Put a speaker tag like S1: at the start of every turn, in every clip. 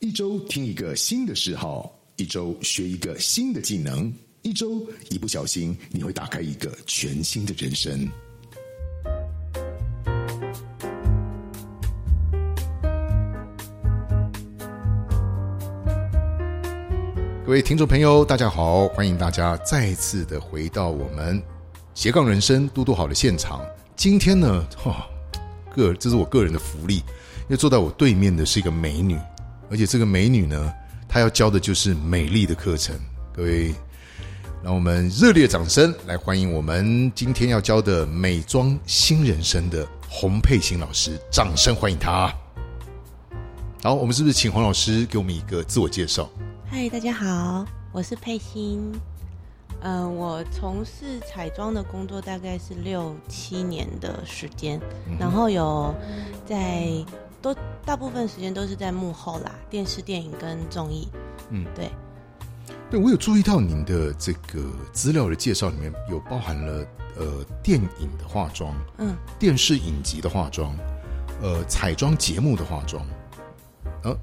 S1: 一周听一个新的嗜好，一周学一个新的技能，一周一不小心你会打开一个全新的人生。各位听众朋友，大家好，欢迎大家再次的回到我们斜杠人生嘟嘟好的现场。今天呢，哈、个这是我个人的福利，因为坐在我对面的是一个美女，而且这个美女呢，她要教的就是美丽的课程。各位，让我们热烈掌声来欢迎我们今天要教的美妆新人生的洪佩欣老师，掌声欢迎她。好，我们是不是请洪老师给我们一个自我介绍？
S2: 嗨，大家好，我是佩欣。嗯、我从事彩妆的工作大概是六七年的时间，
S1: 嗯
S2: 然后有在都大部分时间都是在幕后啦，电视、电影跟综艺。
S1: 嗯，
S2: 对，
S1: 对我有注意到您的这个资料的介绍里面有包含了呃电影的化妆，
S2: 嗯，
S1: 电视影集的化妆，呃彩妆节目的化妆，呃，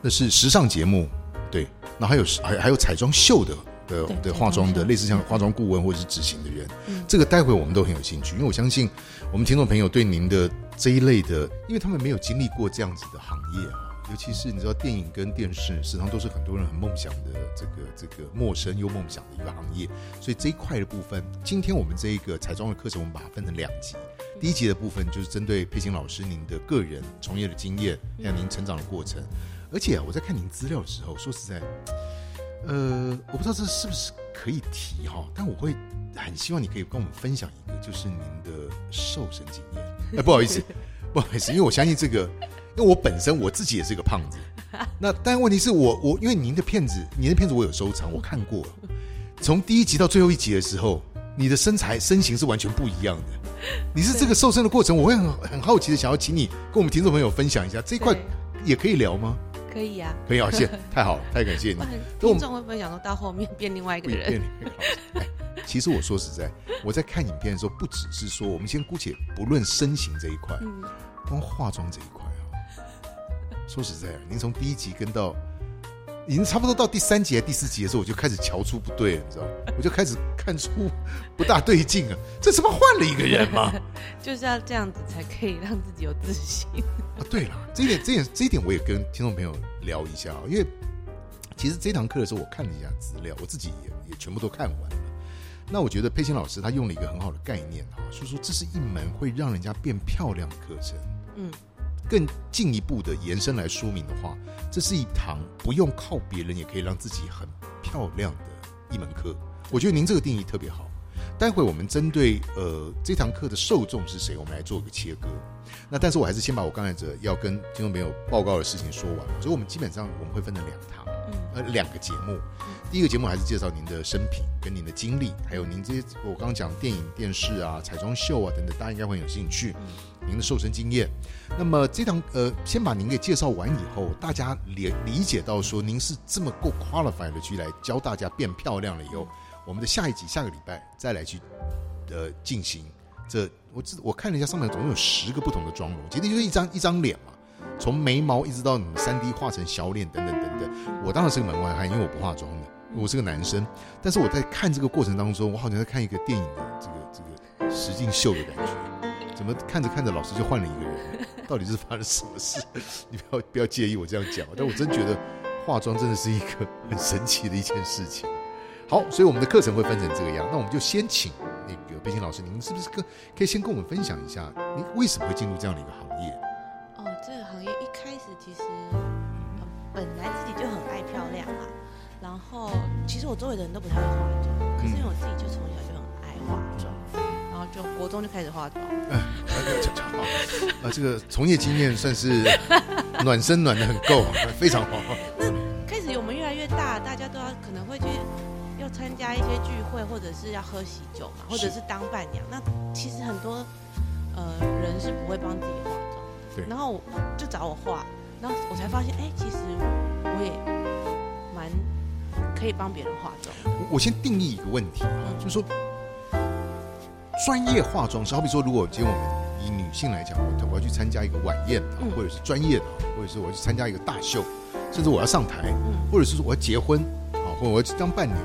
S1: 那是时尚节目，对，那还有还还有彩妆秀的。的
S2: 对
S1: 的
S2: 彩
S1: 化
S2: 妆
S1: 妆的，
S2: 秀
S1: 类似像化妆顾问或者是执行的人，
S2: 嗯
S1: 这个待会我们都很有兴趣，因为我相信我们听众朋友对您的这一类的，因为他们没有经历过这样子的行业啊，尤其是你知道电影跟电视，时常都是很多人很梦想的这个这个陌生又梦想的一个行业，所以这一块的部分，今天我们这一个彩妆的课程，我们把它分成两集。第一集的部分就是针对佩欣老师您的个人从业的经验，还有您成长的过程。而且啊，我在看您资料的时候，说实在，呃，我不知道这是不是可以提哈，但我会很希望你可以跟我们分享一个，就是您的瘦身经验。哎、不好意思，不好意思，因为我相信这个，因为我本身我自己也是个胖子。那但问题是我我因为您的片子，您的片子我有收藏，我看过了。从第一集到最后一集的时候，你的身材身形是完全不一样的。你是这个瘦身的过程，我会很很好奇的，想要请你跟我们听众朋友分享一下这一块，也可以聊吗？
S2: 可以啊。
S1: 可以啊， 谢，太好了，太感谢你
S2: 不。然
S1: 那哎我们
S2: 听众会不会想说到后面变另外一个
S1: 不演变
S2: 人？
S1: 得更好哎其实我说实在，我在看影片的时候，不只是说我们先姑且不论身形这一块，
S2: 嗯，
S1: 光化妆这一块啊，说实在，啊您从第一集跟到，已经差不多到第三集、第四集的时候，我就开始瞧出不对了，你知道吗？我就开始看出不大对劲啊，这他妈换了一个人吗？
S2: 就是要这样子才可以让自己有自信。
S1: 啊，对了，这一点，这一点，这一点我也跟听众朋友聊一下、啊，因为其实这堂课的时候，我看了一下资料，我自己也也全部都看完了。那我觉得佩欣老师他用了一个很好的概念啊，就是说这是一门会让人家变漂亮的课程。
S2: 嗯，
S1: 更进一步的延伸来说明的话，这是一堂不用靠别人也可以让自己很漂亮的一门课。我觉得您这个定义特别好。待会我们针对呃这堂课的受众是谁，我们来做个切割。那但是我还是先把我刚才这要跟听众朋友报告的事情说完。所以我们基本上我们会分成两堂，
S2: 嗯
S1: 呃两个节目。第一个节目还是介绍您的生平、跟您的经历，还有您这些我刚刚讲电影、电视啊、彩妆秀啊等等，大家应该会很有兴趣。您的瘦身经验。那么这堂呃，先把您给介绍完以后，大家理理解到说您是这么够 qualified 的去来教大家变漂亮了以后，我们的下一集下个礼拜再来去呃进行这我只我看了一下上面总共有十个不同的妆容，其实就是一张一张脸嘛。从眉毛一直到你三 D 画成小脸等等等等，我当然是个门外汉，因为我不化妆的，我是个男生。但是我在看这个过程当中，我好像在看一个电影的这个这个实境秀的感觉。怎么看着看着，老师就换了一个人？到底是发生什么事？ 你不要不要介意我这样讲，但我真觉得化妆真的是一个很神奇的一件事情。好，所以我们的课程会分成这个样，那我们就先请那个贝欣老师，您是不是跟可以先跟我们分享一下，您为什么会进入这样的一个行业？
S2: 哦，这个行业一开始其实呃本来自己就很爱漂亮啦，然后其实我周围的人都不太会化妆，可是因为我自己就从小就很爱化妆，然后就国中就开始化妆，
S1: 呃，这好，呃，这个从业经验算是暖身暖的很够，啊非常好。
S2: 开始我们越来越大，大家都要可能会去要参加一些聚会，或者是要喝喜酒嘛，或者是当伴娘。那其实很多呃人是不会帮自己化妆，
S1: 对
S2: 然后就找我化，然后我才发现，哎、其实我也蛮可以帮别人化妆。
S1: 我我先定嗯义一个问题啊，就是说，专业化妆师，好比说，如果今天我们以女性来讲，我我要去参加一个晚宴啊
S2: 嗯，
S1: 或者是专业的啊，或者是我要去参加一个大秀，甚至我要上台
S2: 嗯，
S1: 或者是说我要结婚啊，或者我要去当伴娘，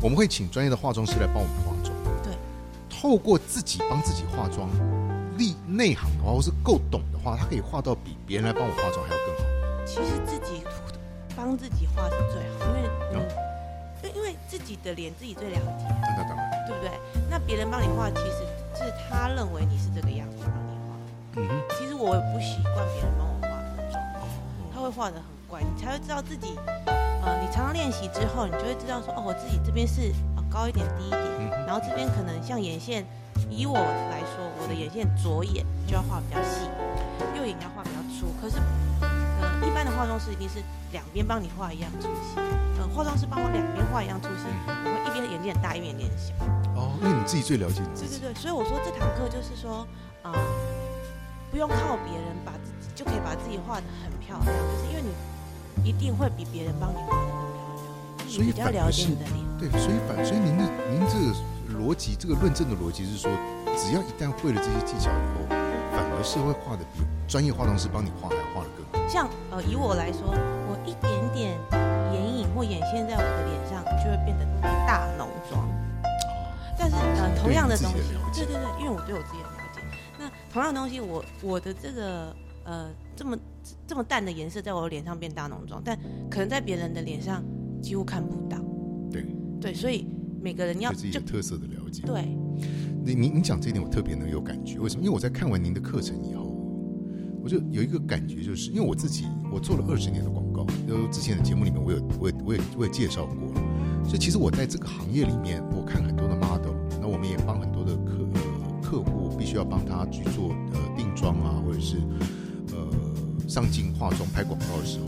S1: 我们会请专业的化妆师来帮我们化妆。
S2: 对，
S1: 透过自己帮自己化妆，力内行的话，或是够懂的话，他可以化到比别人来帮我化妆还要更好。
S2: 其实自己帮自己画是最好，因为你，因为自己的脸自己最了解，
S1: 那当然，
S2: 对不对？那别人帮你画，其实是他认为你是这个样子让你画。
S1: 嗯哼，
S2: 其实我也不习惯别人帮我画的妆，他会画的很怪，你才会知道自己。呃，你常常练习之后，你就会知道说，哦，我自己这边是呃高一点、低一点，
S1: 嗯哼，
S2: 然后这边可能像眼线，以我来说，我的眼线左眼就要画比较细，右眼要画比较粗。可是，呃，一般的化妆师一定是两边帮你画一样粗细，呃，化妆师帮我两边画一样粗细，
S1: 嗯
S2: 我会一边眼睛很大，一边眼睛很小。
S1: 哦，因为你自己最了解你自
S2: 对对
S1: 己。
S2: 对，所以我说这堂课就是说，啊、不用靠别人把自己就可以把自己画的很漂亮，就是因为你一定会比别人帮你画的更漂亮，
S1: 所以
S2: 你比较
S1: 反而
S2: 了解
S1: 是
S2: 你的脸。
S1: 对，所以反，所以您的您这个逻辑，这个论证的逻辑是说，只要一旦会了这些技巧以后，反而是会画的比专业化妆师帮你画还要画的更好。
S2: 像呃，以我来说，我一点点眼影或眼线在我的脸上就会变得大浓妆。但是呃，同样的东西，对对对，因为我对我自己很了解。那同样的东西，我我的这个呃这么这么淡的颜色，在我脸上变大浓妆，但可能在别人的脸上几乎看不到。
S1: 对
S2: 对，所以每个人要
S1: 对自己
S2: 就
S1: 的特色的了解。
S2: 对，
S1: 你你你讲这一点，我特别能有感觉。为什么？因为我在看完您的课程以后，我就有一个感觉，就是因为我自己我做了二十年的广告，就之前的节目里面我有我有我有我有介绍过，所以其实我在这个行业里面，我看很多的 model，那我们也帮很多的客呃客户必须要帮他去做呃定妆啊，或者是呃上镜化妆拍广告的时候，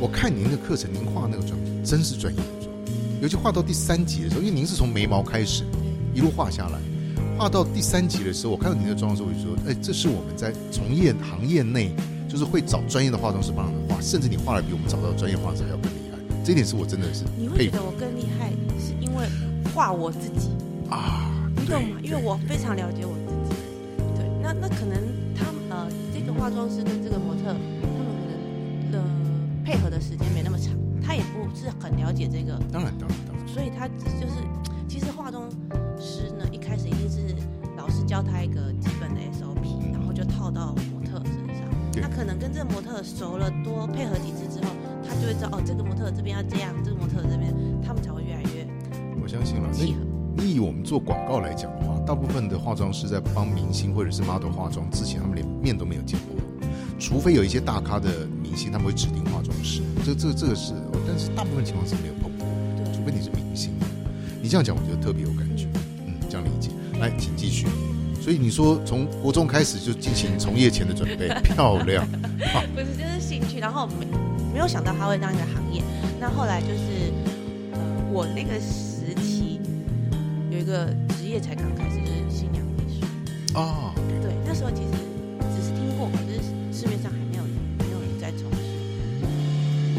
S1: 我看您的课程，您画那个妆真是专业的妆，尤其画到第三集的时候，因为您是从眉毛开始一路画下来。画到第三集的时候，我看到您的妆的时候，我就说，哎，这是我们在从业行业内，就是会找专业的化妆师帮人画，甚至你画的比我们找到专业化妆师还要更厉害，这一点是我真的是
S2: 你会
S1: 佩
S2: 觉
S1: 服
S2: 得我更厉害，是因为画我自己。
S1: 啊！
S2: 你
S1: 对
S2: 懂吗？因为我非常了解我自己。对，那那可能他们呃，这个化妆师跟这个模特，他们可能呃配合的时间没那么长，他也不是很了解这个，
S1: 当然当然当然，
S2: 所以他就是其实化妆师呢，一开始一定是老师教他一个基本的 SOP，然后就套到模特身上。
S1: 对
S2: 那可能跟这个模特熟了，多配合几次之后，他就会知道哦，这个模特这边要这样，这个模特这边，他们才会越来越
S1: 我相信了。
S2: 契
S1: 那
S2: 合。
S1: 你以我们做广告来讲的话，大部分的化妆师在帮明星或者是 model 化妆之前，他们连面都没有见过，除非有一些大咖的明星，他们会指定化妆师，这这这个是，但是大部分情况是没有碰过，
S2: 对
S1: 除非你是明星。你这样讲，我觉得特别有感觉。嗯，这样理解。来，请继续。所以你说从国中开始就进行从业前的准 备，漂亮。
S2: 不是，就是兴趣，然后没没有想到它会当一个行业。那后来就是，呃，我那个时期有一个职业才刚开始，就是新娘秘书。
S1: 哦，
S2: 对，那时候其实只是听过，可是市面上还没有人，没有人在从事。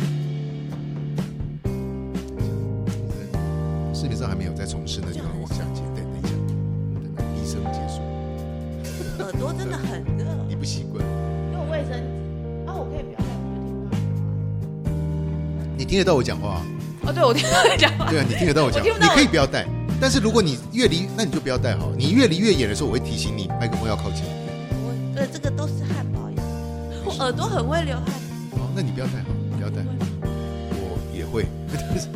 S1: 视频上还没有在从事呢，就往下接。对，等一下，嗯等到医生结束，
S2: 耳朵真的很热，
S1: 你不习惯，
S2: 用卫生纸。啊，我可以不要戴，我就听不
S1: 你听得到我讲话啊？
S2: 到。哦，对，我听到你讲话。
S1: 对啊，你听得到我讲，
S2: 我听不到
S1: 你可以不要戴，但是如果你越离，那你就不要戴好。你越离越远的时候，我会提醒你麦克风要靠近。
S2: 我对这个都是汗，不好意思，我耳朵很会流汗。
S1: 哦，那你不要戴好，不要戴。我也会， 但是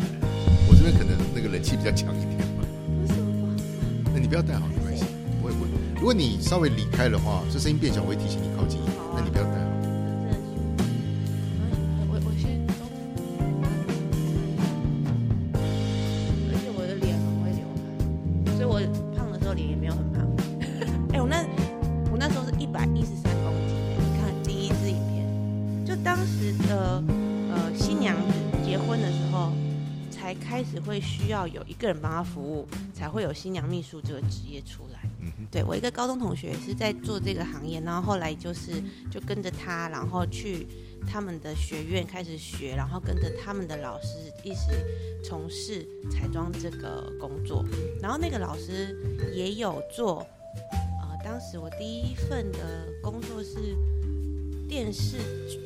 S1: 我这边可能那个冷气比较强一点吧。
S2: 不是我，
S1: 那你不要戴好，没关系，不会不会。如果你稍微离开的话，这声音变小，我会提醒你靠近一点
S2: 好啊。
S1: 那你不要戴好。
S2: 真的
S3: 我我先都，
S2: 而且我的脸很会流汗，所以我胖的时候脸也没有很胖。哎、我那我那时候是一百一十三公斤、哎，你看第一支影片，就当时的呃新娘子结婚的时候，才开始会需要有一个人帮她服务，才会有新娘秘书这个职业出来。
S1: 嗯哼，
S2: 对我一个高中同学也是在做这个行业，然后后来就是就跟着他，然后去他们的学院开始学，然后跟着他们的老师一起从事彩妆这个工作。然后那个老师也有做呃当当时我第一份的工作是电视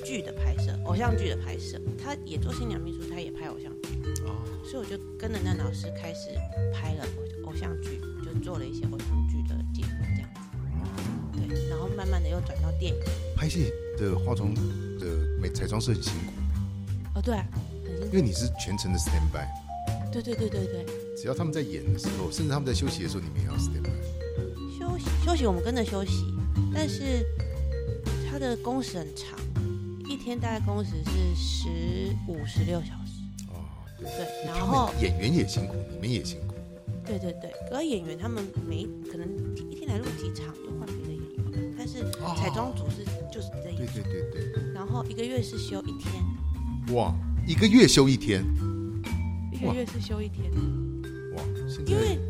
S2: 剧的拍摄，偶像剧的拍摄。他也做新娘秘书，他也拍偶像剧，
S1: 哦，
S2: 所以我就跟着那老师开始拍了偶偶像剧，就做了一些偶像剧的节目这样子。对，然后慢慢的又转到电影。
S1: 拍戏的化妆的美彩妆是很辛苦，
S2: 哦，对、啊，很辛
S1: 因为你是全程的 stand by，
S2: 苦对对对对对。
S1: 只要他们在演的时候，甚至他们在休息的时候，你们也要 stand by。
S2: 休息休息，我们跟着休息，但是他的工时很长，一天大概工时是十五十六小时。
S1: 哦，对，
S2: 对，然
S1: 他
S2: 后
S1: 们演员也辛苦，你们也辛苦。
S2: 对对对，可是演员他们每可能一天来录几场，又换别的演员，但是
S1: 哦
S2: 彩妆组是就是这
S1: 对
S2: 样，
S1: 对对对，
S2: 然后一个月是休一天，
S1: 哇，一个月休一天，
S3: 一个月是休一天，
S1: 哇，现
S2: 因
S1: 在
S2: 为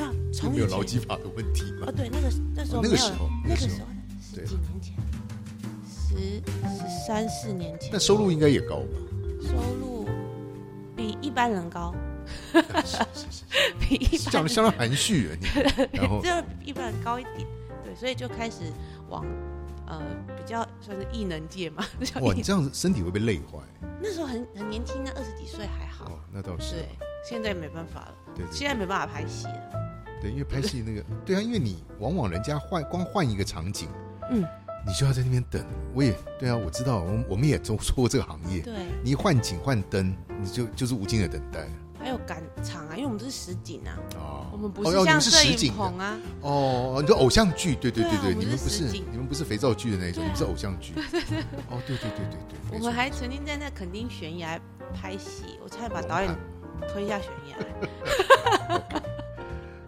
S2: 有
S1: 就嗯
S2: 从
S1: 没
S2: 以
S1: 有劳基
S2: 前
S1: 法的问题
S2: 哦
S1: 嘛？
S2: 对，那个那时候
S1: 哦那
S2: 没有
S1: 个时候
S2: 那
S1: 那
S2: 个
S1: 个时
S2: 时
S1: 候
S2: 候十
S1: 对
S2: 几年前，十十三四年前
S1: 那，收入应该也高吧？
S2: 收入比一般人高，
S1: 是是是
S2: 比一
S1: 是，
S2: 般
S1: 讲的
S2: 人
S1: 相当含蓄啊，你。 然后
S2: 只有比一般人高一点，对，所以就开始往呃比较算是异能界嘛， 就
S1: 哇，你这样子身体会被累坏
S2: 那时候很很年轻啊，二十几岁还好，
S1: 哦，那倒是
S2: 对，现在没办法了，
S1: 对对
S2: 现在没办法拍戏了，
S1: 对，因为拍戏那个，对啊，因为你往往人家换光换一个场景，
S2: 嗯，
S1: 你就要在那边等。我也对啊，我知道，我们我们也做做过这个行业，
S2: 对，
S1: 你一换景换灯，你就就是无尽的等待
S2: 还有赶场啊，因为我们这是实景啊，
S1: 啊。
S3: 我们不
S1: 哦
S3: 是
S1: 要
S2: 不
S1: 你
S2: 像
S1: 们是
S2: 摄
S1: 实景
S2: 影
S1: 的
S2: 棚啊，
S1: 哦，你说偶像剧，对对
S2: 对啊
S1: 对，
S2: 我
S1: 你
S2: 们
S1: 们不
S2: 是
S1: 是
S2: 实景
S1: 你们不是肥皂剧的那种，
S3: 对啊
S1: 你们是偶像剧。哦，对对对对对，没
S2: 我们
S1: 错
S2: 还曾经在那垦丁悬崖拍戏，我差点把导
S1: 啊
S2: 演推下悬崖。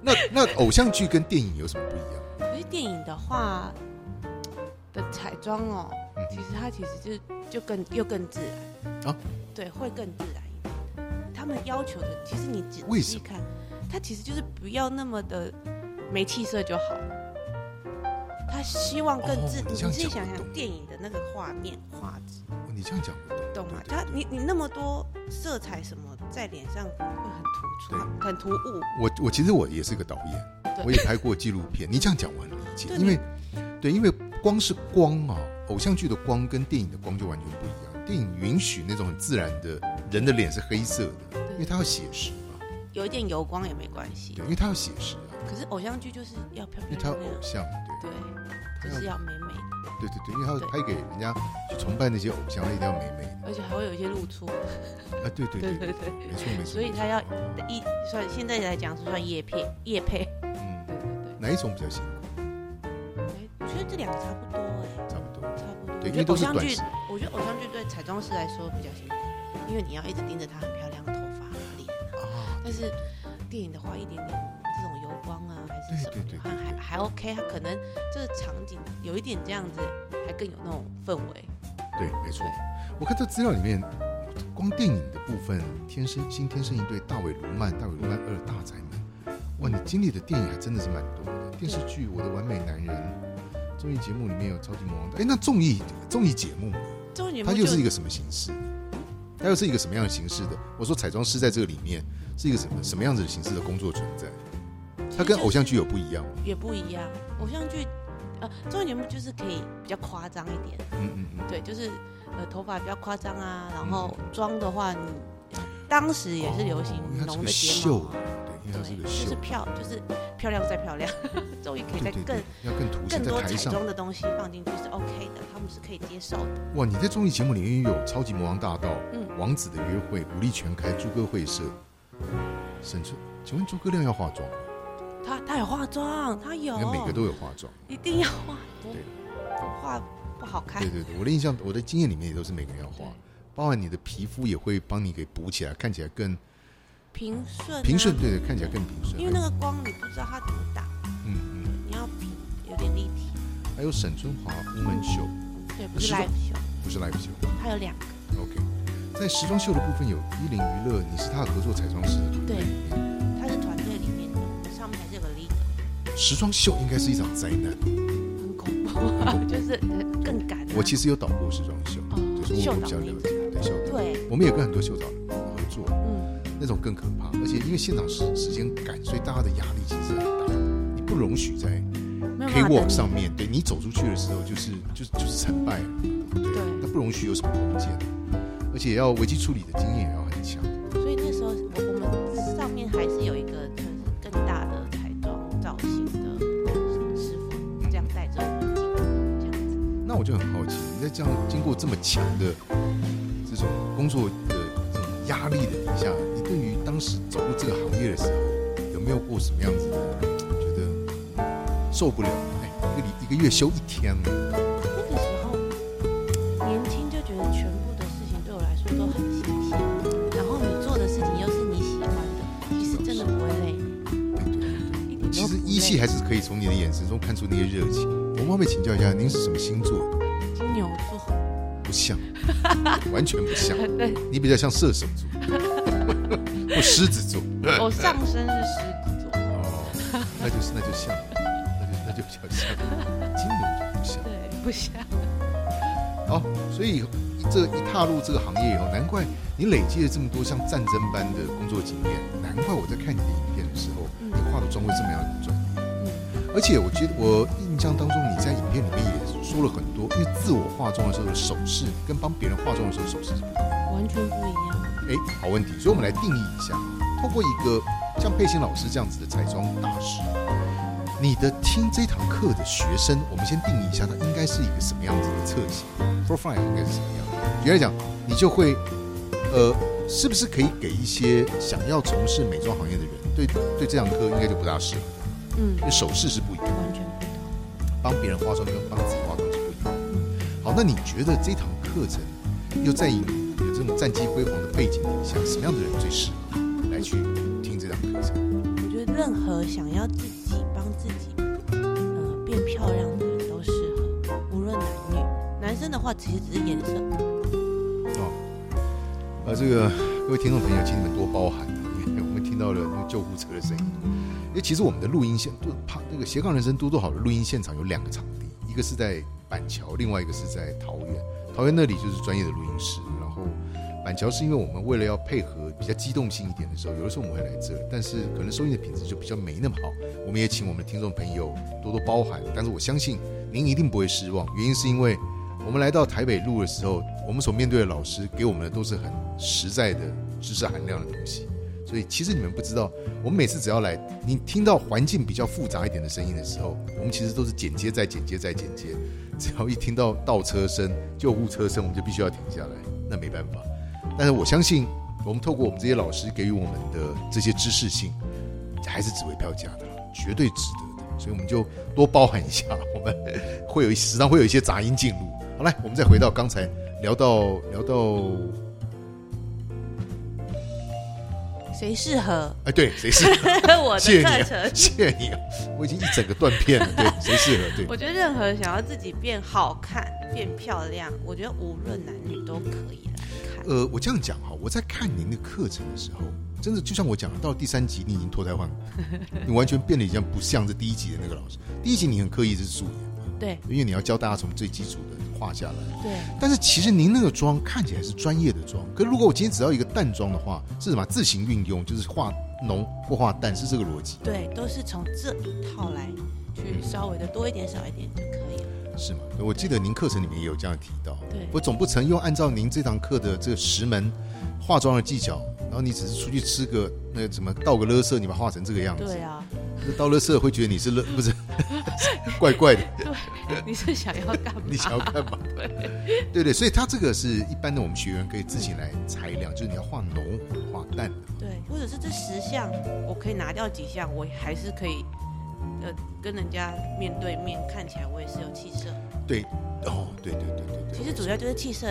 S1: 那那偶像剧跟电影有什么不一样？
S2: 可是电影的话的彩妆哦，
S1: 嗯
S2: 其实它其实就就更又更自然
S1: 啊
S2: 对，会更自然一点。他们要求的，其实你仔
S1: 为
S2: 仔
S1: 什
S2: 细看，它其实就是不要那么的没气色就好了。他希望更自，
S1: 哦
S2: 你
S1: 你这样
S2: 自己
S1: 讲
S2: 想
S1: 我懂
S2: 想电影的那个画面画质，
S1: 哦你这样讲我
S2: 懂吗？
S1: 对
S2: 他你你那么多色彩什么在脸上会很突出，很突兀。
S1: 我我其实我也是个导演，
S2: 对
S1: 我也拍过纪录片。你这样讲我很理解，
S2: 对
S1: 因为对，因为光是光啊，偶像剧的光跟电影的光就完全不一样。电影允许那种很自然的人的脸是黑色的，因为它要写实嘛，
S2: 有一点油光也没关系
S1: 对，，因为它要写实啊，
S2: 可是偶像剧就是要漂
S1: 因为
S2: 漂
S1: 它有
S2: 亮亮
S1: 偶，像，对
S2: 对，就是要美美的，
S1: 对对对，因为它要
S2: 对
S1: 拍给人家去崇拜那些偶像，它一定要美美
S2: 而且还会有一些露出，
S1: 的啊，对对对，
S2: 对对，
S1: 没错没错。
S2: 所以它要一算现在来讲是算叶片叶配，
S1: 嗯，
S3: 对对
S1: 哪一种比较辛苦？
S2: 哎我觉得这两个差不多哎，
S1: 差不多，
S2: 差不多。
S1: 对，因
S2: 我觉
S1: 为
S2: 得
S1: 都
S2: 偶
S1: 是
S2: 像
S1: 短
S2: 剧
S1: 时，
S2: 我觉得偶像剧对彩妆师来说比较辛苦，因为你要一直盯着她很漂亮的头发、脸啊，
S1: 啊，
S2: 但是电影的话一点点这种油光啊还是什么
S1: 对对对
S2: 的，还还还 OK，它可能这个场景有一点这样子，还更有那种氛围。
S1: 对，没错。我看这资料里面，光电影的部分，《天生新天生一对》、大尾卢曼、大尾卢曼二、大宅门，哇，你经历的电影还真的是蛮多的。电视剧《我的完美男人》，综艺节目里面有《超级魔王》的。哎，那综艺综艺节目，
S2: 综艺节
S1: 它
S2: 目
S1: 又
S2: 就是
S1: 一个什么形式？它又是一个什么样的形式的？我说彩妆师在这个里面是一个什么什么样子的形式的工作存在？它跟偶像剧有不一样吗？
S2: 也不一样。偶像剧，呃，综艺节目就是可以比较夸张一点，
S1: 嗯嗯嗯。
S2: 对，就是呃头发比较夸张啊，然后妆的话，你当时也是流行
S1: 哦因为它是
S2: 浓
S1: 个
S2: 的睫毛
S1: 秀
S2: 啊，，
S1: 对，因为它是
S2: 对，
S1: 个
S2: 就是
S1: 秀，
S2: 漂，就是漂亮再漂亮， 终于可以
S1: 对
S2: 再
S1: 对
S2: 更
S1: 对，要更凸显
S2: 更
S1: 在
S2: 多
S1: 台
S2: 彩
S1: 上。
S2: 妆的东西放进去是 OK 的，他们是可以接受的。
S1: 哇，你在综艺节目里面有《超级魔王大道》、
S2: 嗯
S1: 《王子的约会》、《武力全开》、《猪哥会社》、沈春，请问诸葛亮要化妆吗？
S2: 她她有化妆，她有
S1: 应该，每个都有化妆。
S2: 一定要化，不
S1: 对
S2: 不化不好看
S1: 对。对对，我的印象，我的经验里面也都是每个人要化，包含你的皮肤也会帮你给补起来，看起来更
S2: 平顺啊
S1: 平顺，，对对，看起来更平顺。
S2: 因为那个光你不知道它怎么打，
S1: 嗯嗯，
S2: 你要平有点立体。
S1: 还有沈春华乌门秀，
S2: 对，不是
S1: 是吧
S2: live show，
S1: 不是 live 秀。
S2: 它有两个。
S1: OK，在时装秀的部分有伊林娱乐，你是他的合作彩妆师。嗯
S2: 对，它是团队里面的，我们上面还是有个 leader，
S1: 时装秀应该是一场灾难。
S2: 很恐怖啊， 就是更赶、啊。
S1: 我其实有导过时装秀，
S2: 哦
S1: 就是我
S2: 秀
S1: 我比
S2: 导
S1: 较
S2: 那
S1: 了
S2: 一
S1: 解。对秀导，
S2: 对，
S1: 我们也跟很多秀导合作，
S2: 嗯，
S1: 那种更可怕，而且因为现场时时间赶，所以大家的压力其实很大，你不容许在
S2: 没没有办
S1: K
S2: 法等
S1: walk
S2: 你。
S1: 上面，对你走出去的时候，就是就是就是成败了，对不对？
S3: 对
S1: 那不容许有什么空间，而且要危机处理的经验也要很强。
S2: 所以那时候我我们上面还是有一个就是更大的彩妆造型的师傅，这样带着我们进入这样子。
S1: 那我就很好奇，你在这样经过这么强的这种工作的这种压力的底下，你对于当时走入这个行业的时候，有没有过什么样子的觉得受不了？哎，一个礼一个月休一天呢？
S2: 那个时候年轻就觉得全部的事情对我来说都很新鲜，然后你做的事情又是你喜欢的，其实真的不会累。
S3: 一点
S1: 其
S3: 都
S1: 实
S3: 不
S1: 依稀
S3: 累
S1: 还是可以从你的眼神中看出那些热情。我们方便请教一下，您是什么星座的？
S3: 金牛座，
S1: 不像，完全不像。
S3: 对，
S1: 你比较像射手座 或狮子座。
S2: 哦
S3: 我上身是狮子座，
S1: 哦，那就是那就像，那就那就比较像，金牛就不像。
S3: 对，不像，
S1: 好，所以这一踏入这个行业以后，难怪你累积了这么多像战争般的工作经验，难怪我在看你的影片的时候，
S2: 嗯
S1: 你跨度转会这么样的转。
S2: 嗯，
S1: 而且我觉得我印象当中，你在影片里面也说了很多，因为自我化妆的时候的手势跟帮别人化妆的时候的手势是不一样的。
S2: 完全不一样。
S1: 哎，好问题，所以我们来定义一下，透过一个像佩欣老师这样子的彩妆大师，你的听这堂课的学生，我们先定义一下，他应该是一个什么样子的侧型，profile 应该是什么样？举例来讲，你就会，呃，是不是可以给一些想要从事美妆行业的人，对对这堂课应该就不大适合，
S2: 嗯
S1: 因，为手势是不一样的，
S2: 完全不同。
S1: 帮别人化妆跟帮自己化妆是不一样的。好，那你觉得这堂课程又在你有这种战绩辉煌的背景底下，什么样的人最适合来去听这堂课程？
S2: 我觉得任何想要自己帮自己呃变漂亮的人都适合，无论男女。男生的话，其实只是颜色。
S1: 呃，这个各位听众朋友，请你们多包涵，因为我们听到了那个救护车的声音。因为其实我们的录音现，多怕那个斜杠人生多多好的录音现场有两个场地，一个是在板桥，另外一个是在桃园。桃园那里就是专业的录音室，然后板桥是因为我们为了要配合比较机动性一点的时候，有的时候我们会来这，但是可能收音的品质就比较没那么好。我们也请我们的听众朋友多多包涵，但是我相信您一定不会失望，原因是因为我们来到台北录的时候，我们所面对的老师给我们的都是很实在的知识含量的东西。所以其实你们不知道，我们每次只要来，你听到环境比较复杂一点的声音的时候，我们其实都是剪接再剪接再剪接。只要一听到倒车声、救护车声，我们就必须要停下来，那没办法。但是我相信，我们透过我们这些老师给予我们的这些知识性，还是值回票价的，绝对值得的。所以我们就多包涵一下，我们会有一时常会有一些杂音进入。好，来，我们再回到刚才聊到聊到，
S2: 谁适合
S1: 哎，对，谁是？
S2: 我
S1: 谢谢
S2: 的课
S1: 你啊
S2: 程，？
S1: 谢 谢你啊！我已经一整个断片了，对，谁适合？对，
S2: 我觉得任何想要自己变好看、变漂亮，我觉得无论男女都可以来看。
S1: 呃，我这样讲哈，我在看您的课程的时候，真的就像我讲的，到第三集你已经脱胎换骨，你完全变得已经不像是第一集的那个老师。第一集你很刻意是素颜，
S2: 对
S1: 因为你要教大家从最基础的画下来。
S2: 对，
S1: 但是其实您那个妆看起来是专业的妆，可如果我今天只要一个淡妆的话，是什么自行运用，就是化浓或化淡，是这个逻辑
S2: 对，都是从这一套来去稍微的多一点、少一点就可以了。
S1: 是吗？我记得您课程里面也有这样提到。
S2: 对
S1: 我总不曾又按照您这堂课的这十门化妆的技巧，然后你只是出去吃个那个什么倒个垃圾，你把它画成这个样子。
S2: 对啊，
S1: 那倒垃圾会觉得你是垃不是 怪怪的，
S3: 你是想要 干嘛？
S1: 你想要干嘛？对对所以它这个是一般的我们学员可以自己来裁量，就是你要画浓画淡的。
S2: 对，或者是这十项我可以拿掉几项，我还是可以呃跟人家面对面，看起来我也是有气色。
S1: 对，哦，对对对对对。
S2: 其实主要就是气色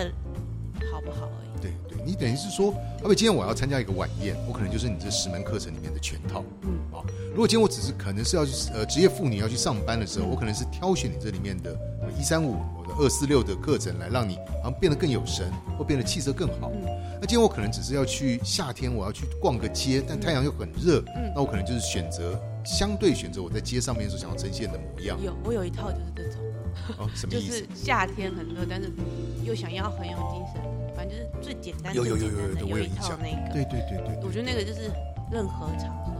S2: 好不好而已。
S1: 对对，你等于是说，好比今天我要参加一个晚宴，我可能就是你这十门课程里面的全套。
S2: 嗯，
S1: 啊，如果今天我只是可能是要去呃职业妇女要去上班的时候，我可能是挑选你这里面的一三五我的二四六的课程来让你好像变得更有神，或变得气色更好。
S2: 嗯
S1: 那今天我可能只是要去夏天我要去逛个街，但太阳又很热，
S2: 嗯
S1: 那我可能就是选择相对选择我在街上面所想要呈现的模样。
S2: 有，我有一套就是这种，
S1: 哦，什么
S2: 就
S1: 意思？
S2: 是夏天很热，但是又想要很有精神，反正就是最简单、
S1: 有有有
S2: 最简单
S1: 有有
S2: 的
S1: 有我有
S2: 一
S1: 印
S2: 套
S1: 象
S2: 那个。
S1: 对对对对
S2: 我觉得那个就是任何场合，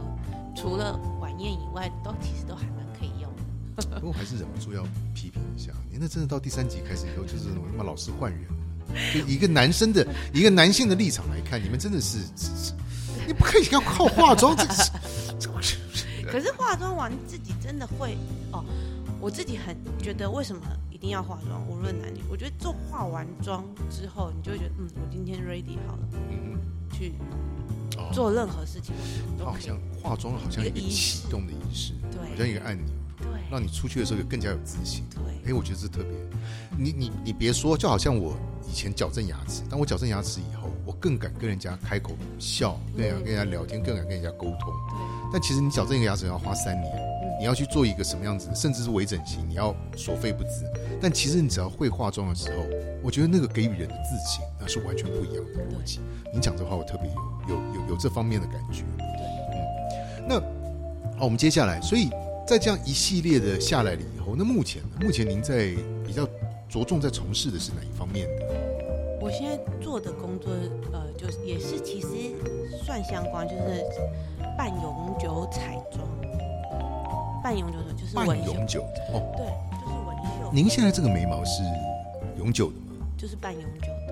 S2: 除了晚宴以外，都其实都还蛮可以用的。
S1: 不过还是忍不住要批评一下，你那真的到第三集开始以后，就是妈老是换人了，就以一个男生的一个男性的立场来看，你们真的是，是是你不可以要靠化妆，这是这个是
S2: 可是化妆完自己真的会哦，我自己很觉得为什么一定要化妆，无论男女，我觉得做化完妆之后，你就会觉得嗯，我今天 ready 好了，
S1: 嗯
S2: 去
S1: 哦
S2: 做任何事情都
S1: 好
S2: 可以
S1: 像。化妆好像一个
S2: 一个仪式
S1: 启动的仪式，
S2: 对
S1: 好像一个按钮，
S2: 对
S1: 让你出去的时候有更加有自信。
S2: 对，
S1: 哎，我觉得这特别，你你你别说，就好像我以前矫正牙齿，当我矫正牙齿以后，我更敢跟人家开口笑，更敢跟人家聊天，更敢跟人家沟通。但其实你矫正一个牙齿要花三年，
S2: 嗯
S1: 你要去做一个什么样子的，甚至是微整形，你要所费不赀。但其实你只要会化妆的时候，我觉得那个给予人的自信，那是完全不一样的逻辑。你讲这话，我特别有有有有这方面的感觉。嗯，那好，我们接下来，所以在这样一系列的下来了以后，那目前呢目前您在比较着重在从事的是哪一方面的？
S2: 我现在做的工作呃，就是也是其实算相关，就是半永久彩妆，半永久的就是
S1: 半
S2: 纹绣，
S1: 永久哦，
S2: 对，就是纹绣，
S1: 您现在这个眉毛是永久的吗？
S2: 就是半永久的。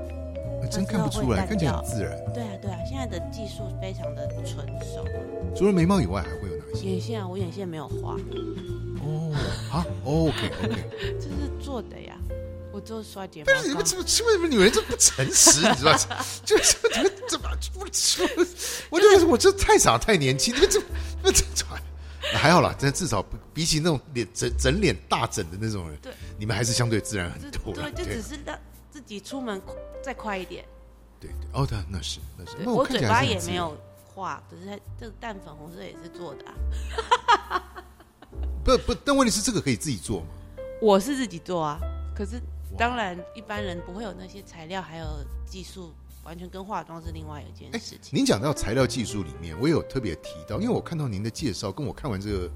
S1: 呃真
S2: 它
S1: 看不
S2: 之后
S1: 出
S2: 会
S1: 来，
S2: 淡
S1: 看起来很
S2: 掉
S1: 自然。
S2: 对啊，对啊，现在的技术非常的纯熟。
S1: 除了眉毛以外，还会有哪些？
S2: 眼线啊，我眼线没有画，
S1: 哦，啊，OK OK，
S2: 这是做的呀，我就刷睫毛
S1: 但是你
S2: 膏
S1: 们。怎么为什么女人这么不诚实？你知道吗？ 就是你们怎么不我觉得我这太傻太年轻，你们这这这这还好啦，但至少比起那种脸整整脸大整的那种人
S2: 对，
S1: 你们还是相对自然很
S2: 这
S1: 多啦
S2: 对，就只是让自己出门快再快一点。
S1: 对对，哦，对，那是那是，
S2: 对
S1: 那
S2: 我
S1: 看起
S2: 嘴
S1: 来
S2: 巴
S1: 还是很
S2: 也
S1: 自
S2: 没
S1: 然
S2: 有画，可是它这个淡粉红色也是做的啊。
S1: 不不，但问题是这个可以自己做嘛？
S2: 我是自己做啊，可是
S1: 哇
S2: 当然一般人不会有那些材料，还有技术，完全跟化妆是另外一件事情。
S1: 您讲到材料技术里面，我也有特别提到，因为我看到您的介绍，跟我看完这个，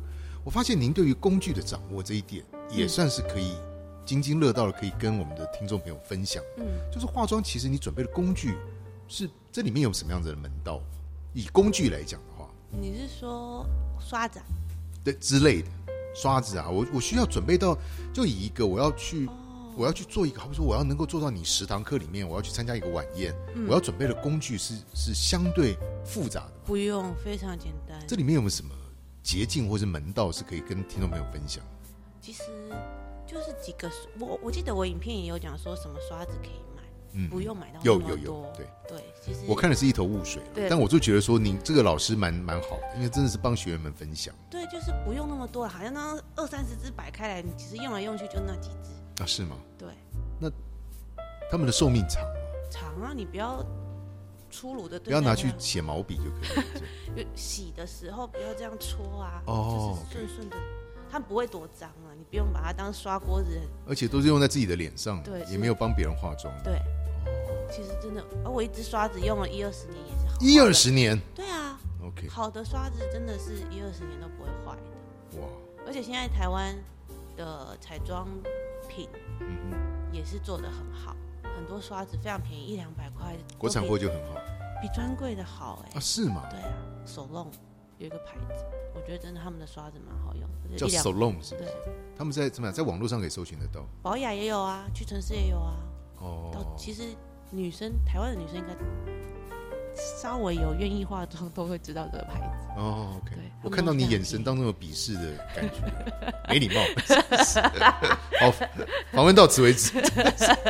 S1: 我发现您对于工具的掌握这一点，也算是可以津津乐道的，可以跟我们的听众朋友分享。
S2: 嗯，
S1: 就是化妆，其实你准备的工具是这里面有什么样子的门道？以工具来讲的话，
S2: 你是说刷子啊？
S1: 对之类的刷子啊，我我需要准备到，就以一个我要去。我要去做一个，好比说我要能够做到你十堂课里面，我要去参加一个晚宴，
S2: 嗯
S1: 我要准备的工具是是相对复杂的。
S2: 不用，非常简单。
S1: 这里面有没有什么捷径或是门道是可以跟听众朋友分享？
S2: 其实就是几个，我我记得我影片也有讲说什么刷子可以买，
S1: 嗯
S2: 不用买到那
S1: 有
S2: 么
S1: 有
S2: 多
S1: 有，对
S2: 对，其实
S1: 我看的是一头雾水了
S2: 嗯对
S1: 但我就觉得说您这个老师蛮蛮好的，因为真的是帮学员们分享
S2: 对，就是不用那么多，好像那二三十支摆开来，你其实用来用去就那几支，
S1: 啊，是吗？
S2: 对，
S1: 他们的寿命长吗，
S2: 长啊，你不要粗鲁的，
S1: 不要拿去写毛笔就可以了。
S2: 就洗的时候不要这样搓啊，
S1: 哦
S2: 就是顺顺的，它不会多脏啊，你不用把它当刷锅子。
S1: 而且都是用在自己的脸上，
S2: 对是
S1: 也没有帮别人化妆，
S2: 对，其实真的，啊，我一支刷子用了一二十年也是好，
S1: 哦一二，十年
S2: 对啊，
S1: ，OK，
S2: 好的刷子真的是一二十年都不会坏的，
S1: 哇，
S2: 而且现在台湾的彩妆品
S1: 嗯哼，
S2: 也是做的很好，很多刷子非常便宜，一两百块，
S1: 国产货就很好
S2: 比专柜的好哎、
S1: 啊，是吗？
S2: 对啊，手弄有一个牌子，我觉得真的他们的刷子蛮好用的，
S1: 叫
S2: 一两
S1: Solom 是不
S2: 对
S1: 是？，他们在怎么样，在网络上可以搜寻得到
S2: 保雅也有啊，屈臣氏也有啊。到
S1: 哦。
S2: 其实女生，台湾的女生应该稍微有愿意化妆都会知道这个牌子。
S1: 哦，OK，
S2: 对
S1: 我看到你眼神当中有鄙视的感觉， 没礼貌。好，访问到此为止。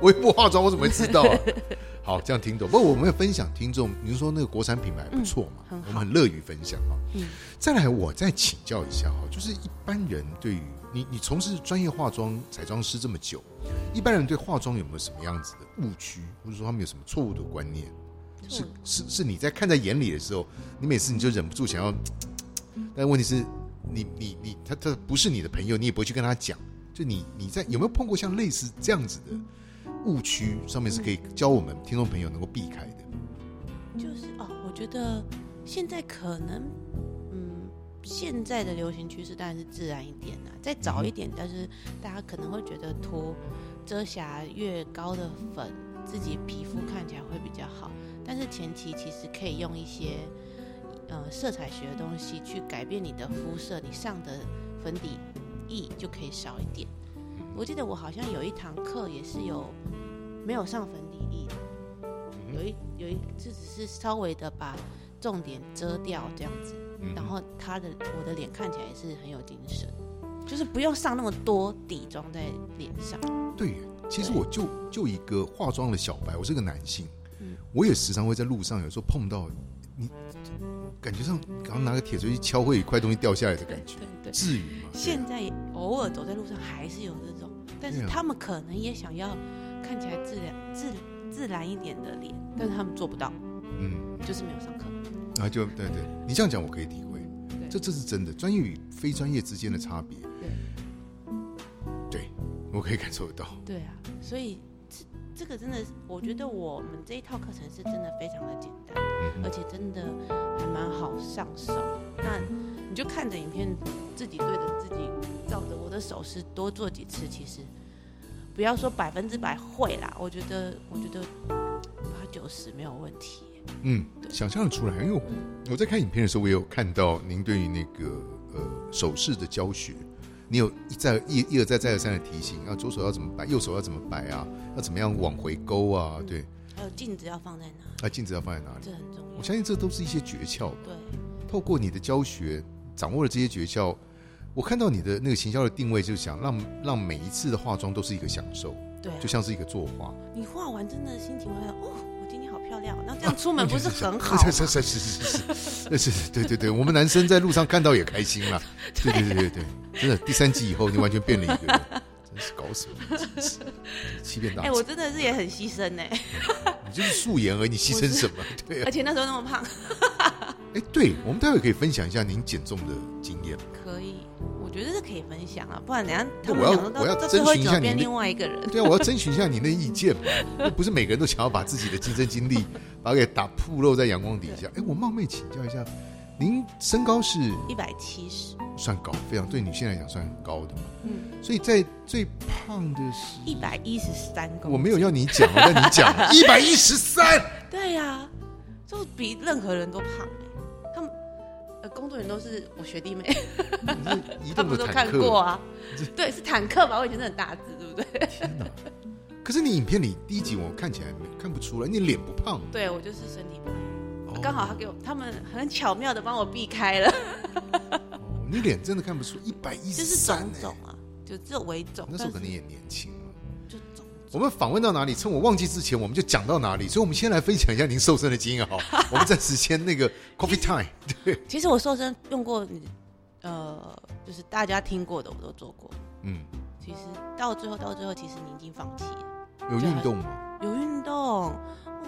S1: 我也不化妆，我怎么会知道 啊？好，这样听懂。不过我们要分享听众，您说那个国产品牌不错嘛，
S2: 嗯很好
S1: 我们很乐于分享啊。
S2: 嗯
S1: 再来，我再请教一下哈，就是一般人对于你，你从事专业化妆彩妆师这么久，一般人对化妆有没有什么样子的误区，或者说他们有什么错误的观念？
S2: 错
S1: 是
S2: 误
S1: 是是你在看在眼里的时候，你每次你就忍不住想要，但问题是，你你你他他不是你的朋友，你也不会去跟他讲。就你你在有没有碰过像类似这样子的误区，上面是可以教我们听众朋友能够避开的？
S2: 就是哦，我觉得现在可能，嗯，现在的流行趋势当然是自然一点啦、再早一点，但是大家可能会觉得涂遮瑕越高的粉，自己皮肤看起来会比较好。但是前期其实可以用一些呃色彩学的东西去改变你的肤色，你上的粉底意就可以少一点。我记得我好像有一堂课也是有没有上粉底液的，有一有一就只是稍微的把重点遮掉这样子，
S1: 嗯
S2: 然后他的我的脸看起来也是很有精神，就是不用上那么多底妆在脸上。
S1: 对耶，其实
S2: 对
S1: 我就就一个化妆的小白，我是个男性，
S2: 嗯
S1: 我也时常会在路上有时候碰到你，感觉上刚拿个铁锤去敲，会有一块东西掉下来的
S2: 对
S1: 感觉，
S2: 对对，
S1: 至于吗？啊
S2: 现在也偶尔走在路上还是有这种，但是
S1: 对啊
S2: 他们可能也想要看起来自然自自然一点的脸，但是他们做不到，
S1: 嗯，
S2: 就是没有上课。
S1: 然后啊就对对，你这样讲我可以体会，
S3: 对
S1: 这这是真的，专业与非专业之间的差别，对，我可以感受得到，
S2: 对啊，所以这这个真的是，我觉得我们这一套课程是真的非常的简单，而
S1: 嗯，
S2: 且真的还蛮好上手。那你就看着影片，自己对着自己，照着我的手势多做几次，其实不要说百分之百会啦，我觉得我觉得八九十没有问题。
S1: 嗯，想象得出来，因为我我在看影片的时候，我也有看到您对于那个呃手势的教学，你有一再一一而再再而三的提醒啊，左手要怎么摆，右手要怎么摆啊，要怎么样往回勾啊，对，
S2: 还有镜子要放在哪，
S1: 啊镜子要放在哪里？
S2: 这很重
S1: 我
S2: 要。
S1: 相信这都是一些诀窍吧。
S2: 对，
S1: 透过你的教学，掌握了这些诀窍，我看到你的那个行销的定位，就是想让让每一次的化妆都是一个享受，
S2: 对、啊
S1: 就，像是一个作画。
S2: 你画完真的心情会很哦，我今天好漂亮。那这样出门不是很 好
S1: 是是是是是是是是，对对对，我们男生在路上看到也开心啦。对对对对对，真的，第三季以后你完全变了一个人，真是搞什么，真是欺骗大
S2: 哎、
S1: 家。
S2: 我真的是也很牺牲呢、欸
S1: 你就是素颜而已，你牺牲什么？对啊
S2: 而，且那时候那么胖，
S1: 哎，对，我们待会可以分享一下您减重的经验。
S2: 可以，我觉得是可以分享啊，不然等下他
S1: 我
S2: 们
S1: 要
S2: 讲
S1: 我要
S2: 到到
S1: 征
S2: 最后
S1: 询一
S2: 一
S1: 下
S2: 整
S1: 你
S2: 变
S1: 的
S2: 另外一个人。
S1: 对啊，我要征询一下您的意见嘛，又不是每个人都想要把自己的亲身经历把它给打铺露在阳光底下。哎，我冒昧请教一下，您身高是
S2: 一百七十，
S1: 算高，非常对女性来讲算很高的嘛？
S2: 嗯，
S1: 所以在最胖的是
S2: 一百一十三公斤，
S1: 我没有要你讲，我让你讲， 一百一十三，
S2: 对呀、就比任何人都胖、欸、他们呃，工作人员都是我学 弟妹，
S1: 移
S2: 他
S1: 动
S2: 们
S1: 的
S2: 都
S1: 坦
S2: 看
S1: 克。
S2: 过啊。对，是坦克吧？我以前是很大只，对 不对？
S1: 天哪！可是你影片里第一集我看起来没看不出来，你脸不胖，
S2: 对我就是身体胖，
S1: 哦
S2: 刚好他给我他们很巧妙的帮我避开了，
S1: 哦你脸真的看不出一百一
S2: 就
S1: 十
S2: 是
S1: 三哎
S2: 种种啊，就只有微肿，
S1: 欸那时
S2: 但
S1: 候可
S2: 是
S1: 能也年轻了。
S2: 就肿。
S1: 我们访问到哪里，趁我忘记之前，我们就讲到哪里。所以，我们先来分享一下您瘦身的经验 好。我们暂时先那个 coffee time。
S2: 其实我瘦身用过，你呃，就是大家听过的我都做过。
S1: 嗯，
S2: 其实到最后，到最后，其实你已经放弃了。
S1: 有运动吗？
S2: 有运动，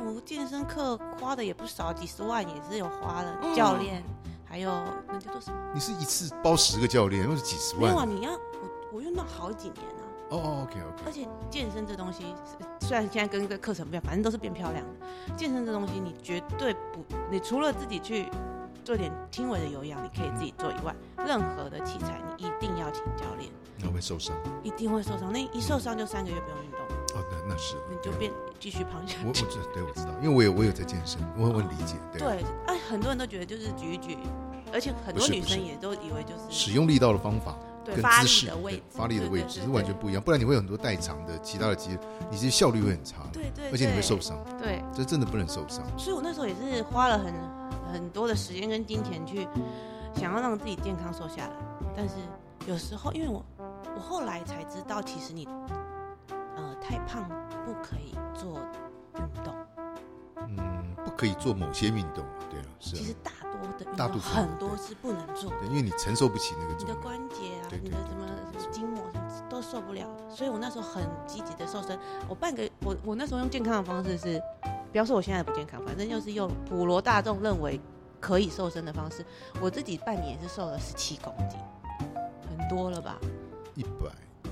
S2: 我健身课花的也不少，几十万也是有花了。教练，还有那叫做什么？
S1: 你是一次包十个教练，又是几十
S2: 没
S1: 万
S2: 有啊，？你要我我运动好几年啊，
S1: 哦，OK OK，
S2: 而且健身这东西，虽然现在跟这课程不一样，反正都是变漂亮的。健身这东西，你绝对不，你除了自己去做点轻微的有氧，你可以自己做以外，任何的器材你一定要请教练。
S1: 那会受伤。
S2: 一定会受伤。那一受伤就三个月不用运动，
S1: 哦，那那是啊
S2: 你就变继续胖下
S1: 我我
S2: 去。
S1: 知对我知道，因为我有我有在健身，我我很理解。对，
S2: 对，哎，很多人都觉得就是举一举，而且很
S1: 不
S2: 多
S1: 是
S2: 女
S1: 不
S2: 生
S1: 是
S2: 也都以为就
S1: 使
S2: 是
S1: 用力道的方法
S2: 对
S1: 跟
S2: 发
S1: 姿
S2: 力
S1: 势
S2: 的位置
S1: 对，发力的位置
S2: 对对对
S1: 是完全不一样，不然你会有很多代偿的其他的肌，你这效率会很差，
S2: 对对，
S1: 而且你会
S2: 对
S1: 受。伤，
S2: 对，
S1: 这真的不能受伤。
S2: 所以我那时候也是花了很很多的时间跟金钱去想要让自己健康瘦下来，但是有时候因为我我后来才知道，其实你呃太胖不可以做运动。
S1: 嗯，不可以做某些运动，对啊，是
S2: 其
S1: 啊，
S2: 实大多的运
S1: 大
S2: 动
S1: 部分
S2: 很多
S1: 对
S2: 是不能做的
S1: 对，因为你承受不起那个
S2: 你
S1: 重
S2: 的
S1: 量。
S2: 关节啊，
S1: 对
S2: 你
S1: 对
S2: 的什么
S1: 对
S2: 什么筋膜什么都受不了的，所以我那时候很积极的瘦身。我半个我我那时候用健康的方式是，不要说我现在不健康，反正就是用普罗大众认为可以瘦身的方式。我自己半年也是瘦了十七公斤，很多了吧？
S1: 一百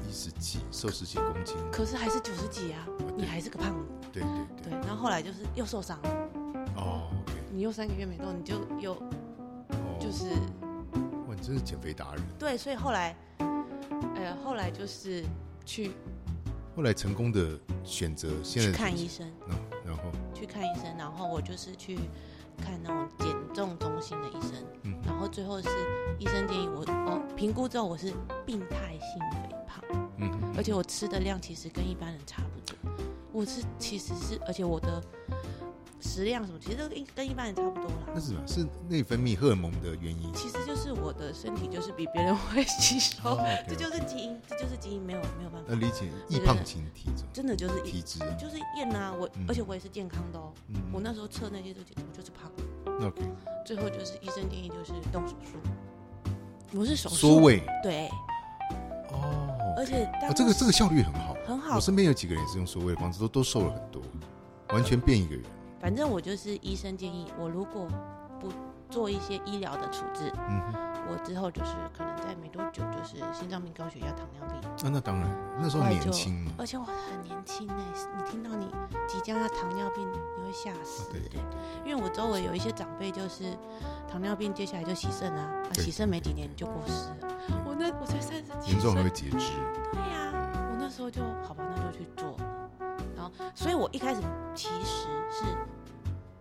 S1: 一十几，瘦十几公斤，
S2: 可是还是九十几啊，你还是个胖子。
S1: 对对
S2: 对
S1: 对，，
S2: 然后后来就是又受伤了，
S1: 哦，OK，
S2: 你又三个月没动，你就又
S1: 哦，
S2: 就是
S1: 哇，你真是减肥达人。
S2: 对，所以后来，呃，后来就是去
S1: 后来成功的选择，现在
S2: 去
S1: 的
S2: 看
S1: 选
S2: 医
S1: 择，
S2: 生。
S1: 嗯，然后
S2: 去看医生，然后我就是去看那种减重中心的医生，
S1: 嗯
S2: 然后最后是医生建议我哦评估之后我是病态性肥胖，
S1: 嗯
S2: 而且我吃的量其实跟一般人差不多，我是其实是而且我的食量什么其实都跟跟一般人差不多
S1: 那
S2: 啦。
S1: 是什么？是内分泌荷尔蒙的原因。哦
S2: 其实就是我的身体就是比别人 会吸收，
S1: OK，
S2: 哦这就是基因，这就是基因，没有没有办
S1: 那
S2: 法，
S1: 理解易胖型体重
S2: 真的就是
S1: 呃体质啊。
S2: 就是验啊，我
S1: 嗯
S2: 而且我也是健康的哦，
S1: 嗯
S2: 我那时候测那些都我就是胖，
S1: OK，
S2: 最后就是医生建议就是动手术，我是手术，
S1: 缩胃
S2: 对，
S1: 哦，
S2: 而且当
S1: 哦这个这个效率很好。
S2: 很好
S1: 我，身边有几个人也是用缩胃的方式，都都瘦了很多，完全变一个人。
S2: 反正我就是医生建议我如果不做一些医疗的处置，
S1: 嗯哼，
S2: 我之后就是可能在没多久就是心脏病、高血压、糖尿病，
S1: 那那当然，那时候
S2: 后来
S1: 年
S2: 就
S1: 轻嘛。
S2: 而且我很年轻呢、你听到你即将要糖尿病，你会吓死、
S1: 对
S2: 对，因为我周围有一些长辈就是糖尿病，接下来就洗肾啊，啊
S1: 对
S2: 洗肾没几年就过世了。我那我才三十几
S1: 严重还啊会，
S2: 岁
S1: 截肢。
S2: 对呀、我那时候就好吧，那就去做了。然后，所以我一开始其实是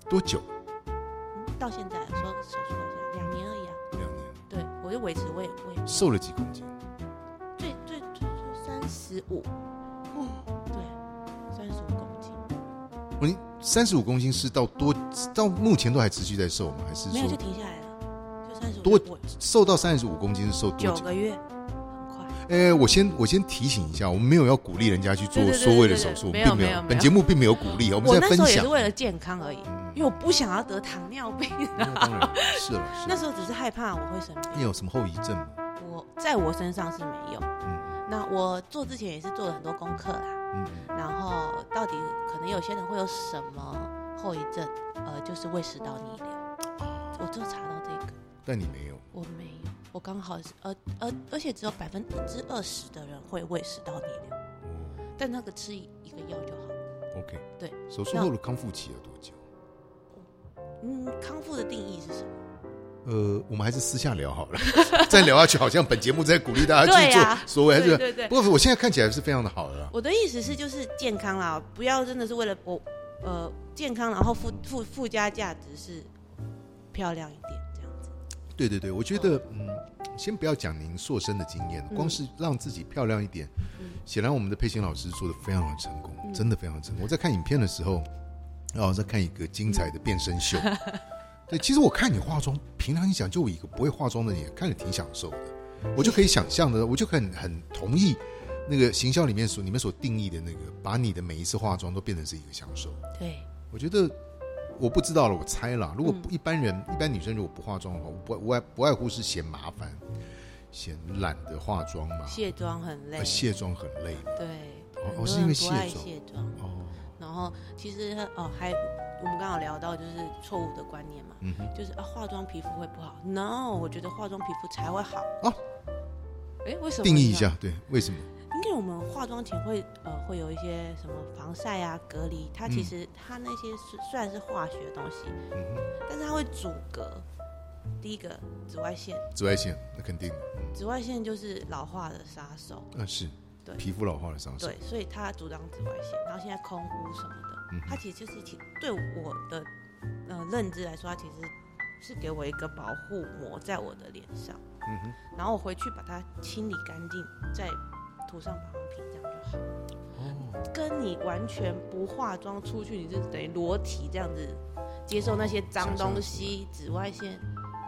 S1: 多久？
S2: 嗯到现在说手术到现在两年而已啊，
S1: 两年。
S2: 对我就维持我也我也
S1: 瘦了几公斤？
S2: 最最最最三十五，对，三十五公斤，
S1: 我哦你三十五公斤是到多到目前都还持续在瘦吗？还是
S2: 没有就
S1: 说
S2: 停下来了，就三十五。
S1: 多
S2: 我
S1: 瘦到三十五公斤是瘦多
S2: 九
S1: 久？
S2: 个月，很快。
S1: 哎，我先我先提醒一下，我们没有要鼓励人家去做
S3: 对对对
S1: 缩胃的
S3: 对对
S1: 手术，我
S3: 没
S1: 们
S3: 有
S1: 并没
S3: 没有没
S1: 有，
S3: 有
S1: 本节目并没有鼓励，我们
S2: 我
S1: 是在
S2: 那
S1: 分
S2: 时候也
S1: 享
S2: 是。为了健康而已，
S1: 嗯
S2: 因为我不想要得糖尿病。啊
S1: 那当然是了，是
S2: 那
S1: 了。
S2: 时候只是害怕我会生病
S1: 你，有什么后遗症吗？
S2: 我在我身上是没有。
S1: 嗯
S2: 那我做之前也是做了很多功课啦，
S1: 嗯，
S2: 然后到底可能有些人会有什么后遗症？呃，就是胃食道逆流。我就查到这个，
S1: 但你没有，
S2: 我没有，我刚好是呃呃，而且只有百分之二十的人会胃食道逆流，
S1: 哦
S2: 但那个吃一一个药就好。
S1: ，OK，
S2: 对，
S1: 手术
S2: 那
S1: 后的康复期要多久？
S2: 嗯，康复的定义是什么？
S1: 呃，我们还是私下聊好了， 再聊下去好像本节目在鼓励大家
S2: 对
S1: 去做
S2: 呀
S1: 所谓还是
S2: 对对对
S1: 不过我现在看起来是非常的啊好了啦。
S2: 我的意思是就是健康啦，不要真的是为了我呃健康，然后附附附加价值是漂亮一点这样子。
S1: 对对对，我觉得嗯，先不要讲您塑身的经验，
S2: 嗯
S1: 光是让自己漂亮一点，显然我们的佩欣老师做的非常的成功，真的非常成功。我在看影片的时候，然后在看一个精彩的变身秀。 对，其实我看你化妆，平常你讲就我一个不会化妆的人，看着挺享受的，我就可以想象的，我就很很同意那个行销里面所你们所定义的那个，把你的每一次化妆都变成是一个享受。
S2: 对，
S1: 我觉得我不知道了，我猜啦。如果
S2: 嗯
S1: 不一般人、一般女生如果不化妆的话，我不不外不外乎是嫌麻烦、嫌懒得化妆嘛，
S2: 卸妆很累
S1: 呃，卸妆很累
S2: 对，
S1: 哦
S2: 很
S1: 哦
S2: 多
S1: 是因
S2: 人
S1: 为
S2: 不爱
S1: 卸妆
S2: 卸妆。
S1: 哦，
S2: 然后其实哦，还我们刚好聊到就是错误的观念嘛，
S1: 嗯哼，
S2: 就是啊化妆皮肤会不好。No，我觉得化妆皮肤才会好。
S1: 哦，
S2: 哎，为什么？
S1: 定义一，下，对，为什么？
S2: 因为我们化妆前会呃会有一些什么防晒啊、隔离，它其
S1: 嗯
S2: 实、它那些是虽然是化学的东西，
S1: 嗯哼，
S2: 但是它会阻隔。第一个紫外线，
S1: 紫外线那肯定的，
S2: 紫外线就是老化的杀手，
S1: 那、是
S2: 对
S1: 皮肤老化的伤势，
S2: 对，所以他主张紫外线，然后现在空污什么
S1: 嗯
S2: 的
S1: 哼，
S2: 他其实就是其对我的呃认知来说，他其实是给我一个保护膜在我的脸上，
S1: 嗯哼。
S2: 然后我回去把它清理干净，再涂上保养品，这样就好。
S1: 哦，
S2: 跟你完全不化妆出去，你是等于裸体这样子接受那些脏东西、紫外线，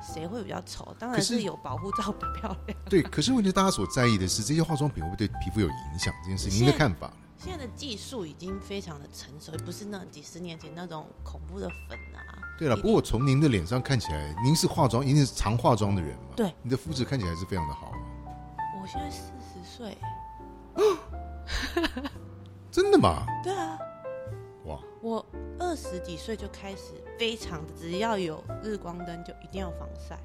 S2: 谁会比较丑？当然
S1: 可是
S2: 是有保护罩比较漂亮。
S1: 对，可是问题大家所在意的是这些化妆品会不会对皮肤有影响这件事，您的
S2: 现在
S1: 看法？
S2: 现在的技术已经非常的成熟，不是那种几十年前那种恐怖的粉啊。
S1: 对了，
S2: 一定
S1: 不过我从您的脸上看起来，您是化妆，一定是常化妆的人嘛，
S2: 对，
S1: 你的肤质看起来是非常的好啊，
S2: 我现在四十岁，
S1: 真的吗？
S2: 对啊，
S1: 哇，
S2: 我二十几岁就开始非常的，只要有日光灯就一定要防晒，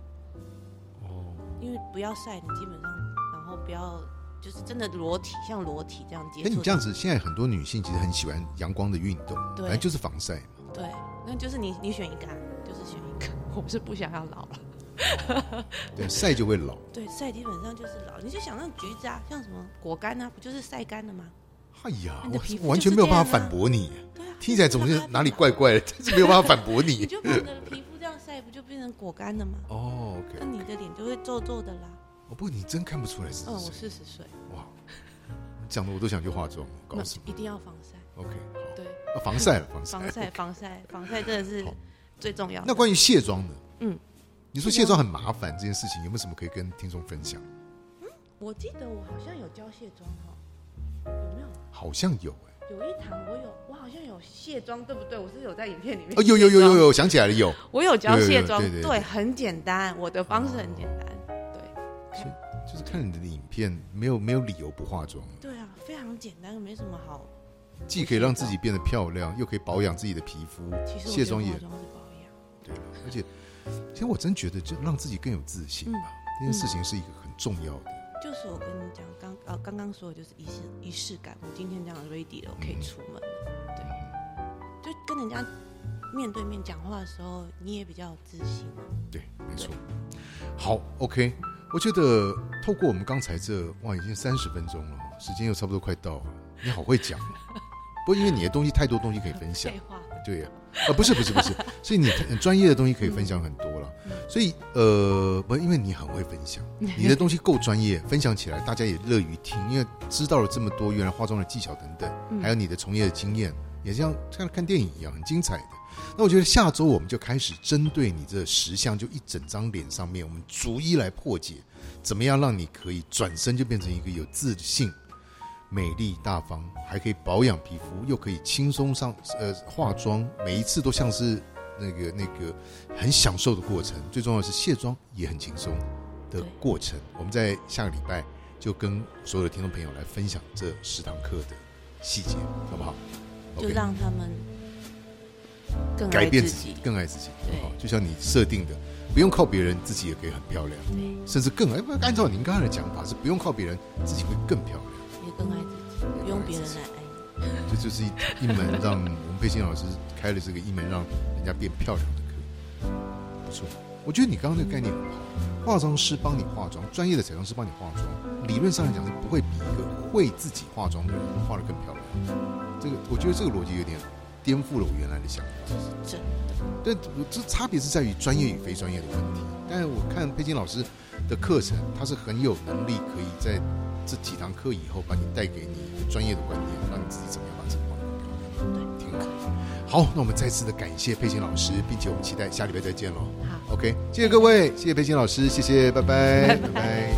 S1: 哦，
S2: 因为不要晒，你基本上，然后不要就是真的裸体，像裸体这样接
S1: 那你
S2: 触，
S1: 这样子，现在很多女性其实很喜欢阳光的运动，
S2: 对
S1: 反正就是防晒嘛。
S2: 对，那就是你你选一个、啊，就是选一个， 我是不想要老了。
S1: 对，晒就会老。
S2: 对，晒基本上就是老，你就想那橘子啊，像什么果干啊，不就是晒干的吗？
S1: 哎呀，
S2: 你的皮肤
S1: 我完全没有办法
S2: 就是这样啊
S1: 反驳你，
S2: 对啊，
S1: 听起来总是
S2: 晒干的
S1: 哪里
S2: 嘛
S1: 怪怪的，但是没有办法反驳
S2: 你
S1: 你。
S2: 就把你的皮肤看果干的嘛，
S1: 哦，OK，
S2: 那你的脸就会皱皱的啦。
S1: 哦，不过你真看不出来是
S2: 哦
S3: 嗯，我
S1: 谁
S3: 四十岁，
S1: 哇，你讲的我都想去化妆了，搞
S3: 那
S1: 什么
S3: 一定要防晒，
S1: ？OK，好，
S3: 对，
S1: 啊防晒了，防晒
S2: 防。晒，防晒，防晒真的是
S1: 好
S2: 最重要的。
S1: 那关于卸妆呢？
S2: 嗯，
S1: 你说卸妆很麻烦这件事情，有没有什么可以跟听众分享？
S3: 我记得我好像有教卸妆哈，有没有？
S1: 好像有哎、
S3: 有一堂我有，我好像有卸妆，对不对？我是有在影片里面
S1: 哦，有有有有
S3: 有，
S1: 有，想起来了，有。
S3: 我有教
S1: 有有有
S3: 卸妆，
S1: 对对对哦
S3: 对，很简单，我的方式很简单，对
S1: 就是看你的影片，没有没有理由不化妆，
S2: 对啊，非常简单，没什么好。
S1: 既可以让自己变得漂亮，又可以保养自己的皮肤
S3: 其。实我
S1: 卸妆
S3: 觉
S1: 也
S3: 得化妆是保养，
S1: 对了，而且，其实我真觉得，就让自己更有自信吧。
S3: 嗯
S1: 这件事情是一个很重要的。
S2: 就是我跟你讲，刚呃刚刚说的就是仪式仪式感。我今天这样 ready 了，我可以出门了。
S1: 嗯，
S2: 就跟人家面对面讲话的时候，你也比较有自信啊。
S1: 对，没错。好，OK，我觉得透过我们刚才这，哇，已经三十分钟了，哦时间又差不多快到了。你好会讲哦，不过因为你的东西太多东西可以分享
S3: 废。话，
S1: 对呀、啊，不是不是不是，所以你很专业的东西可以分享很多了，所以呃，不，因为你很会分享，你的东西够专业，分享起来大家也乐于听，因为知道了这么多原来化妆的技巧等等，还有你的从业的经验，也像像看电影一样很精彩的。那我觉得下周我们就开始针对你这十项，就一整张脸上面，我们逐一来破解，怎么样让你可以转身就变成一个有自信、美丽大方，还可以保养皮肤，又可以轻松上呃化妆，每一次都像是那个那个很享受的过程。最重要的是卸妆也很轻松的过程。我们在下个礼拜就跟所有的听众朋友来分享这十堂课的细节，好不好
S2: 就
S1: ？OK，
S2: 让他们更
S1: 改
S2: 爱
S1: 变
S2: 自
S1: 自己
S2: 己，。
S1: 更爱自己，
S2: 对
S1: 好不好？就像你设定的，不用靠别人，自己也可以很漂亮，
S2: 对，
S1: 甚至更哎，不按照您刚才的讲法是不用靠别人，自己会更漂亮。
S2: 也更爱自己，不用别人啊来爱你。
S1: 这就是一一门让我们佩欣老师开了这个一门让人家变漂亮的课，不错。我觉得你刚刚那个概念很好，化妆师帮你化妆，专业的彩妆师帮你化妆，理论上来讲是不会比一个会自己化妆的人化得更漂亮。这个我觉得这个逻辑有点颠覆了我原来的想法。
S2: 这
S1: 但这差别是在于专业与非专业的问题。但是我看佩金老师的课程，他是很有能力可以在这几堂课以后，把你带给你一个专业的观点，让你自己怎么样把这个观点挺好。好，那我们再次的感谢佩金老师，并且我们期待下礼拜再见喽。
S3: 好。
S1: OK，谢谢各位，谢谢佩金老师，谢谢，拜拜，拜拜